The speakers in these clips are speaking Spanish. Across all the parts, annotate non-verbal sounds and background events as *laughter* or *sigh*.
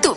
¿Tu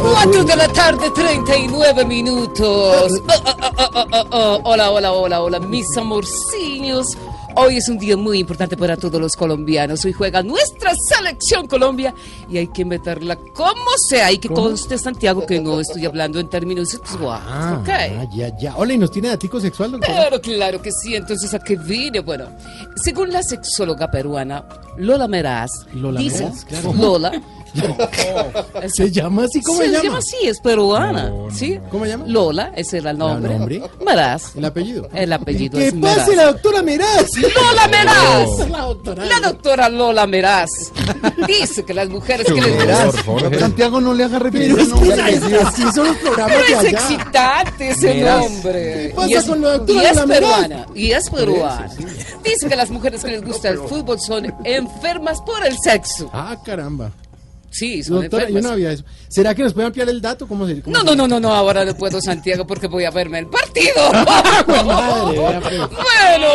4 de la tarde, 39 minutos. Oh, oh, oh, hola, hola, hola, hola, mis amorcillos. Hoy es un día muy importante para todos los colombianos. Hoy juega nuestra selección Colombia y hay que meterla como sea. Y que conste, Santiago, que no estoy hablando en términos sexuales. Ah, ¿ok? ah, ya, ya. Hola, ¿y nos tiene datico sexual, don Carlos? Pero claro que sí, entonces a qué vine. Bueno, según la sexóloga peruana Lola Meraz, Lola dice, Meraz, claro. Lola, *laughs* ¿Se llama así? ¿Cómo se, Eh, se llama? llama así, es peruana, ¿sí? no. ¿Cómo se llama? Lola, ese era el nombre. nombre. Meraz. El apellido. El apellido ¡Que es pase Meraz. la *laughs* doctora Meraz! Lola Meraz. La doctora. La doctora Lola Meraz dice que las mujeres que les Meraz. gustan Por favor, Jorge. Santiago no le haga referencia. Pero es que es así son los programas de Pero es allá. excitante ese Meraz. nombre. ¿Qué pasa y es, con la doctora y es Lola Meraz? peruana. Y es peruana. Dice que las mujeres que les gusta el fútbol son enfermas por el sexo. Ah, caramba. Sí, son Doctora, yo no enfermas. había eso. ¿Será que nos puede ampliar el dato? ¿Cómo se No, no, no, no, no, ahora no puedo, Santiago, porque voy a verme el partido. *laughs* madre, vea, pues. Bueno,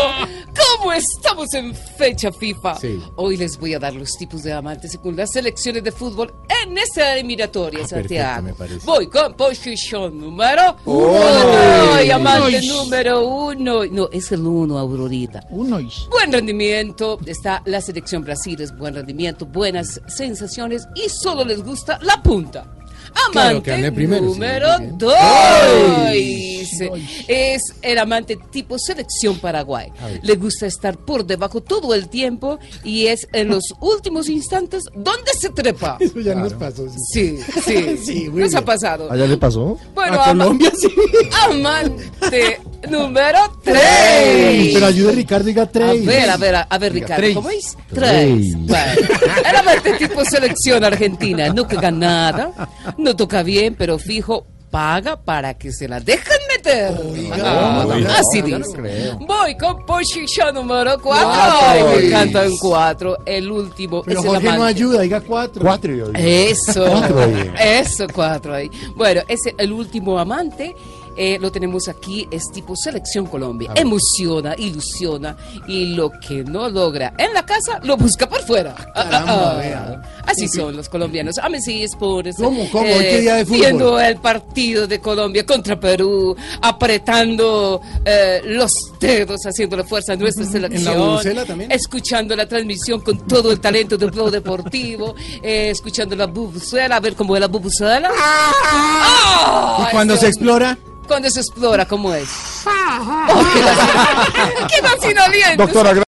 como estamos en fecha FIFA, Sí. hoy les voy a dar los tipos de amantes según las selecciones de fútbol en esa eliminatoria, Ah, perfecto, Santiago. me parece. voy con posición número uno. Y amante número uno. No, es el uno, Aurorita. Uno Buen rendimiento, está la selección Brasil, es buen rendimiento, buenas sensaciones y solo les gusta la punta. Claro, Amante que hable primero, número sí. dos. Ay. Es el amante tipo selección Paraguay. A ver. Le gusta estar por debajo todo el tiempo y es en los *laughs* últimos instantes donde se trepa. Eso ya nos pasó. sí. Sí, sí. *laughs* Sí, muy Nos ha bien. pasado. ¿Allá Ah, le pasó? Bueno, a ama- Colombia sí. *laughs* amante número tres. Pero ayude Ricardo, diga A tres. ver, a ver, a, a ver, Ricardo, tres. ¿cómo es? Tres. Tres. Bueno, era parte este tipo selección argentina. No caga nada, no toca bien, pero fijo, paga para que se la dejen meter. Ah, oiga, así no, yo no dice. creo. Voy con posición número cuatro. Cuatro. Ay, me encanta en cuatro. El último Pero es Eh, el Jorge no amante. ayuda, diga cuatro. Cuatro. yo digo. Eso, Cuatro ahí. eso, cuatro ahí. Bueno, ese el último amante. eh, lo tenemos aquí, es tipo Selección Colombia. Emociona, ilusiona y lo que no logra en la casa lo busca por fuera. caramba, *laughs* Ah, ah, vea. ah. Así son los colombianos. Amen sí, es por eso. ¿Cómo, cómo? ¿Hoy qué día de fútbol? Viendo el partido de Colombia contra Perú, apretando eh, los dedos, haciendo la fuerza a nuestra selección. bubucela también? Escuchando la transmisión con todo el talento del blog deportivo, eh, escuchando la bubucela, a ver cómo es la bubucela. ¡Ah! Y cuando se Eso- explora, *laughs* Cuando se explora, ¿cómo es? Oh, *laughs* ¡Qué vacino- ¡Qué vacino aliento! Doctora,